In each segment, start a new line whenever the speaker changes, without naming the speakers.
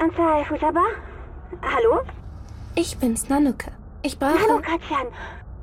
Mitai Futaba? Hallo?
Ich bin's, Nanuke. Ich brauche...
Hallo, Katjan.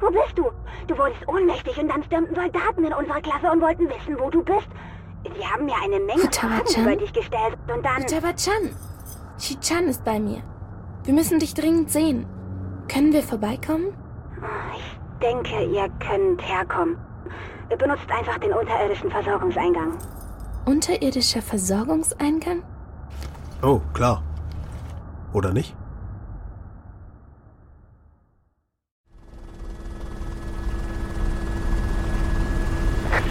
Wo bist du? Du wurdest ohnmächtig und dann stürmten Soldaten in unserer Klasse und wollten wissen, wo du bist. Sie haben mir eine Menge
Futaba-chan?
Fragen über dich gestellt und dann...
Jabba-chan. Chi-chan ist bei mir. Wir müssen dich dringend sehen. Können wir vorbeikommen?
Ich denke, ihr könnt herkommen. Benutzt einfach den unterirdischen Versorgungseingang.
Unterirdischer Versorgungseingang?
Oh, klar. Oder nicht?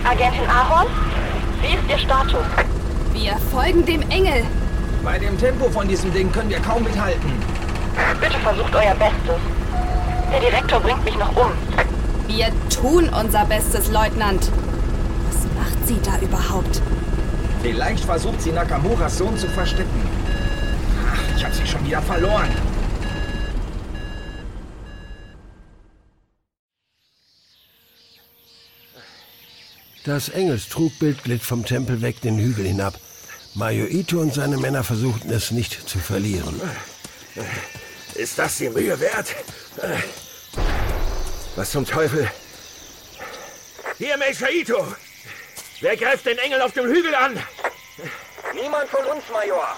Agentin Ahorn, wie ist Ihr Status?
Wir folgen dem Engel.
Bei dem Tempo von diesem Ding können wir kaum mithalten.
Bitte versucht euer Bestes. Der Direktor bringt mich noch um.
Wir tun unser Bestes, Leutnant. Was macht sie da überhaupt?
Vielleicht versucht sie Nakamuras Sohn zu verstecken. Ach, ich hab sie schon wieder verloren.
Das Engelstrugbild glitt vom Tempel weg den Hügel hinab. Mayoito und seine Männer versuchten es nicht zu verlieren.
Ist das die Mühe wert? Was zum Teufel? Hier, Meishaito! Wer greift den Engel auf dem Hügel an?
Niemand von uns, Major.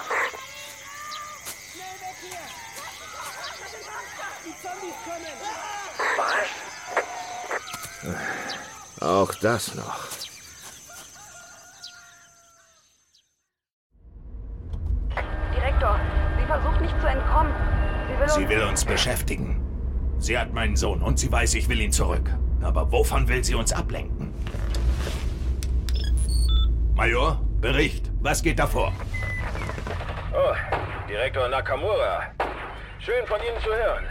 Was?
Auch das noch.
Direktor, sie versucht nicht zu entkommen. Sie will
Sie will uns beschäftigen. Sie hat meinen Sohn und sie weiß, ich will ihn zurück. Aber wovon will sie uns ablenken? Major, Bericht. Was geht da vor?
Oh, Direktor Nakamura. Schön von Ihnen zu hören.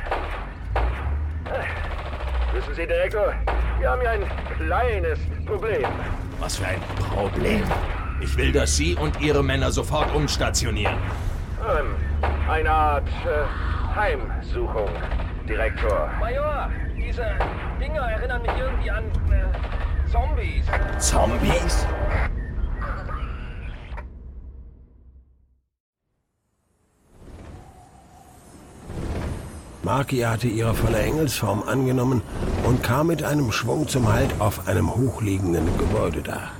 Ah, Wissen Sie, Direktor, wir haben hier ein kleines Problem.
Was für ein Problem. Ich will, dass Sie und Ihre Männer sofort umstationieren.
Ähm, eine Art äh, Heimsuchung, Direktor.
Major, diese Dinger erinnern mich irgendwie an äh, Zombies.
Zombies?
Maki hatte ihre volle Engelsform angenommen und kam mit einem Schwung zum Halt auf einem hochliegenden Gebäudedach.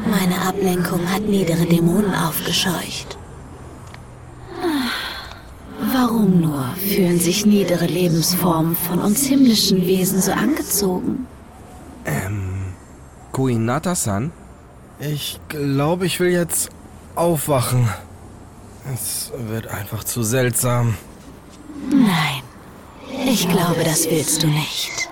Meine Ablenkung hat niedere Dämonen aufgescheucht. Warum nur fühlen sich niedere Lebensformen von uns himmlischen Wesen so angezogen?
Kuinata-san?
Ich glaube, ich will jetzt aufwachen. Es wird einfach zu seltsam.
Nein, ich glaube, das willst du nicht.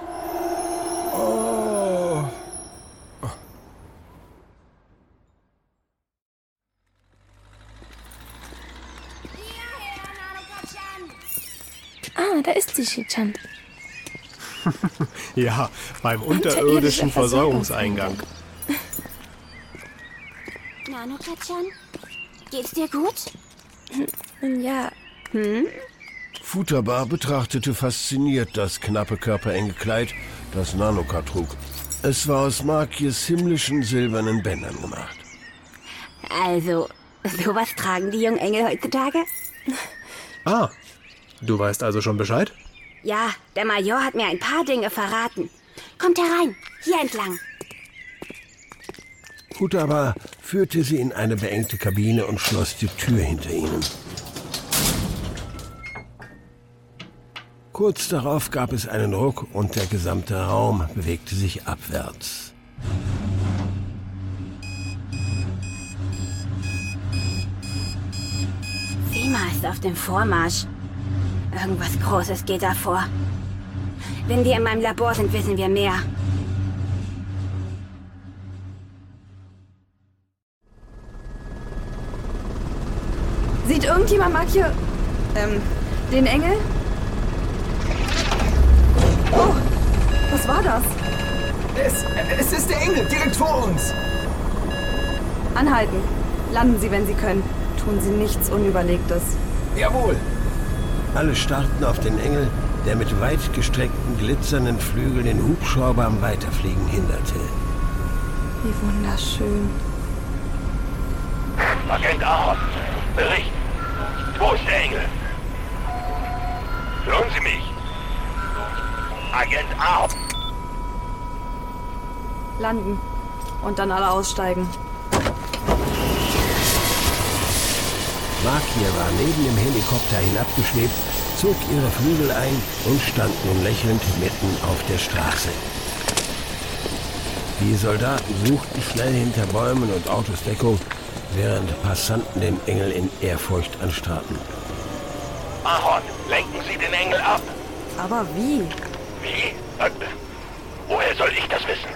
Ah, da ist sie, Chi-chan.
Ja, beim
unterirdischen
unterirdischen Versorgungseingang.
Nanokatjan? Geht's dir gut?
Nun Hm, ja,
Futaba betrachtete fasziniert das knappe körperenge Kleid, das Nanoka trug. Es war aus Makis himmlischen silbernen Bändern gemacht.
Also, sowas tragen die jungen Engel heutzutage?
Ah, du weißt also schon Bescheid?
Ja, der Major hat mir ein paar Dinge verraten. Kommt herein, hier entlang.
Futaba führte sie in eine beengte Kabine und schloss die Tür hinter ihnen. Kurz darauf gab es einen Ruck und der gesamte Raum bewegte sich abwärts.
Sima ist auf dem Vormarsch. Irgendwas Großes geht da vor. Wenn wir in meinem Labor sind, wissen wir mehr.
Sieht irgendjemand Makio... Ähm, den Engel? Oh, was war das?
Es, es ist der Engel, direkt vor uns.
Anhalten. Landen Sie, wenn Sie können. Tun Sie nichts Unüberlegtes.
Jawohl.
Alle starrten auf den Engel, der mit weit gestreckten, glitzernden Flügeln den Hubschrauber am Weiterfliegen hinderte.
Wie wunderschön.
Agent Aaron, Bericht. Wo ist der Engel? Hören Sie mich? Agent Aaron.
Landen. Und dann alle aussteigen.
Markier war neben dem Helikopter hinabgeschwebt, zog ihre Flügel ein und stand nun lächelnd mitten auf der Straße. Die Soldaten suchten schnell hinter Bäumen und Autos Deckung, während Passanten den Engel in Ehrfurcht anstarrten.
Aaron, lenken Sie den Engel ab.
Aber wie?
Wie? Äh, woher soll ich das wissen?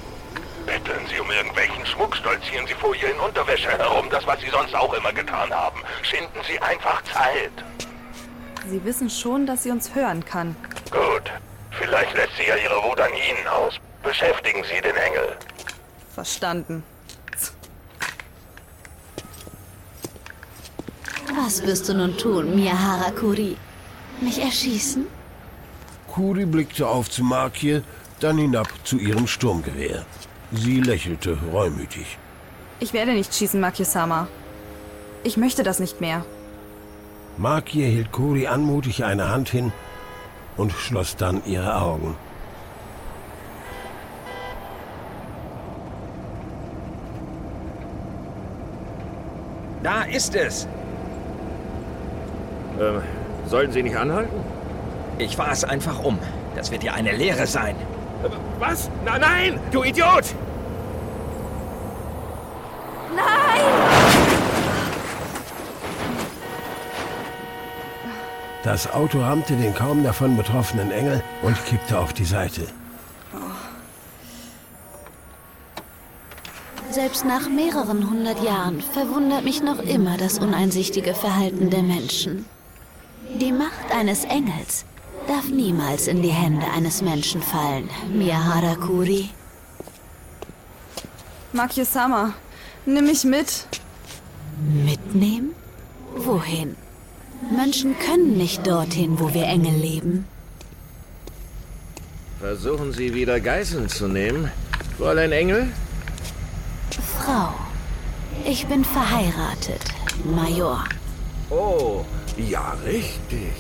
Betteln Sie um irgendwelchen Schmuck, stolzieren Sie vor ihr in Unterwäsche herum, das, was Sie sonst auch immer getan haben. Schinden Sie einfach Zeit.
Sie wissen schon, dass sie uns hören kann.
Gut. Vielleicht lässt sie ja ihre Wut an Ihnen aus. Beschäftigen Sie den Engel.
Verstanden.
Was wirst du nun tun, Mia Harakuri? Mich erschießen?
Kuri blickte auf zu Markier, dann hinab zu ihrem Sturmgewehr. Sie lächelte reumütig.
Ich werde nicht schießen, Makisama. Ich möchte das nicht mehr.
Markier hielt Kuri anmutig eine Hand hin und schloss dann ihre Augen.
Da ist es.
Ähm, sollten Sie nicht anhalten?
Ich fahre es einfach um. Das wird ja eine Lehre sein.
Äh, Was? Na, nein, du Idiot!
Das Auto rammte den kaum davon betroffenen Engel und kippte auf die Seite.
Selbst nach mehreren hundert Jahren verwundert mich noch immer das uneinsichtige Verhalten der Menschen. Die Macht eines Engels darf niemals in die Hände eines Menschen fallen, Mia Harakuri.
Makisama, nimm mich mit.
Mitnehmen? Wohin? Menschen können nicht dorthin, wo wir Engel leben.
Versuchen Sie wieder Geiseln zu nehmen. Fräulein Engel?
Frau, ich bin verheiratet, Major.
Oh, ja, richtig.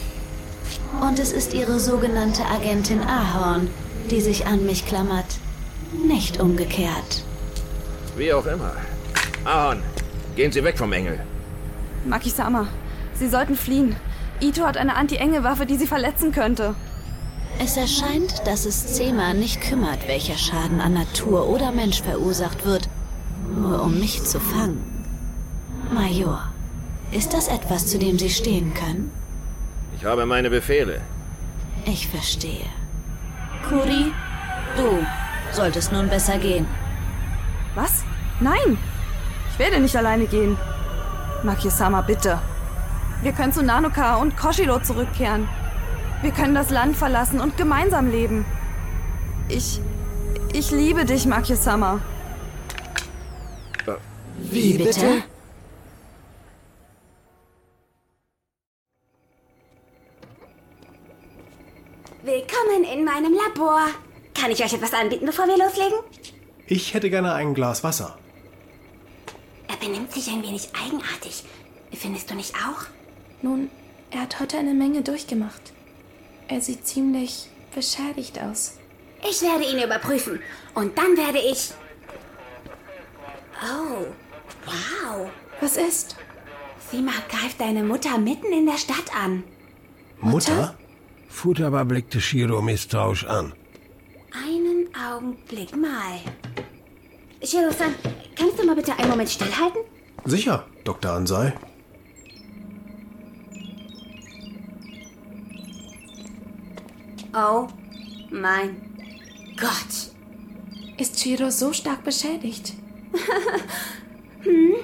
Und es ist Ihre sogenannte Agentin Ahorn, die sich an mich klammert. Nicht umgekehrt.
Wie auch immer. Ahorn, gehen Sie weg vom Engel.
Makisama, Sie sollten fliehen. Ito hat eine Anti-Engel-Waffe, die Sie verletzen könnte.
Es erscheint, dass es Zema nicht kümmert, welcher Schaden an Natur oder Mensch verursacht wird, nur um mich zu fangen. Major, ist das etwas, zu dem Sie stehen können?
Ich habe meine Befehle.
Ich verstehe. Kuri, du solltest nun besser gehen.
Was? Nein! Ich werde nicht alleine gehen. Makisama, bitte. Wir können zu Nanoka und Koshiro zurückkehren. Wir können das Land verlassen und gemeinsam leben. Ich. Ich liebe dich, Makisama.
Wie bitte?
Willkommen in meinem Labor. Kann ich euch etwas anbieten, bevor wir loslegen?
Ich hätte gerne ein Glas Wasser.
Er benimmt sich ein wenig eigenartig. Findest du nicht auch?
Nun, er hat heute eine Menge durchgemacht. Er sieht ziemlich beschädigt aus.
Ich werde ihn überprüfen. Und dann werde ich. Oh, wow.
Was ist?
Sima greift deine Mutter mitten in der Stadt an.
Mutter? Futaba blickte Shiro misstrauisch an.
Einen Augenblick mal. Shiro-san, kannst du mal bitte einen Moment stillhalten?
Sicher, Dr. Ansei.
Oh mein Gott.
Ist Shiro so stark beschädigt?
Hm?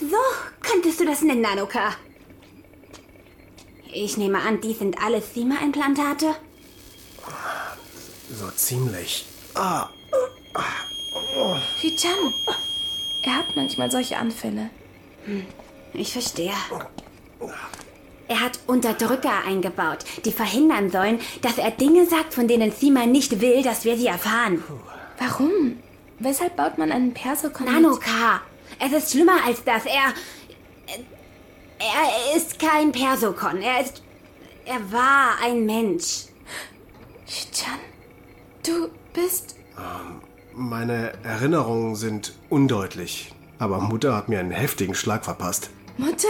So könntest du das nennen, Nanoka. Ich nehme an, die sind alle Sima-Implantate.
So ziemlich. Ah.
Hichan! Er hat manchmal solche Anfälle.
Ich verstehe. Er hat Unterdrücker eingebaut, die verhindern sollen, dass er Dinge sagt, von denen Sima nicht will, dass wir sie erfahren.
Warum? Weshalb baut man einen Perso-Konvent?
Nanoka,
Es ist schlimmer als das. Er. Er ist kein Persokon. Er ist. Er war ein Mensch.
Shichan, du bist.
Meine Erinnerungen sind undeutlich, aber Mutter hat mir einen heftigen Schlag verpasst.
Mutter?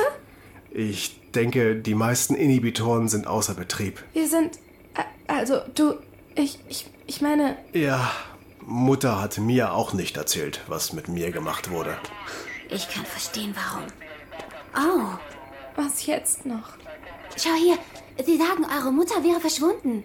Ich denke, die meisten Inhibitoren sind außer Betrieb.
Wir sind. a- Also, du. Ich, ich, ich meine,
Ja, Mutter hat mir auch nicht erzählt, was mit mir gemacht wurde.
Ich kann verstehen, warum. Oh.
Was jetzt noch?
Schau hier. Sie sagen, eure Mutter wäre verschwunden.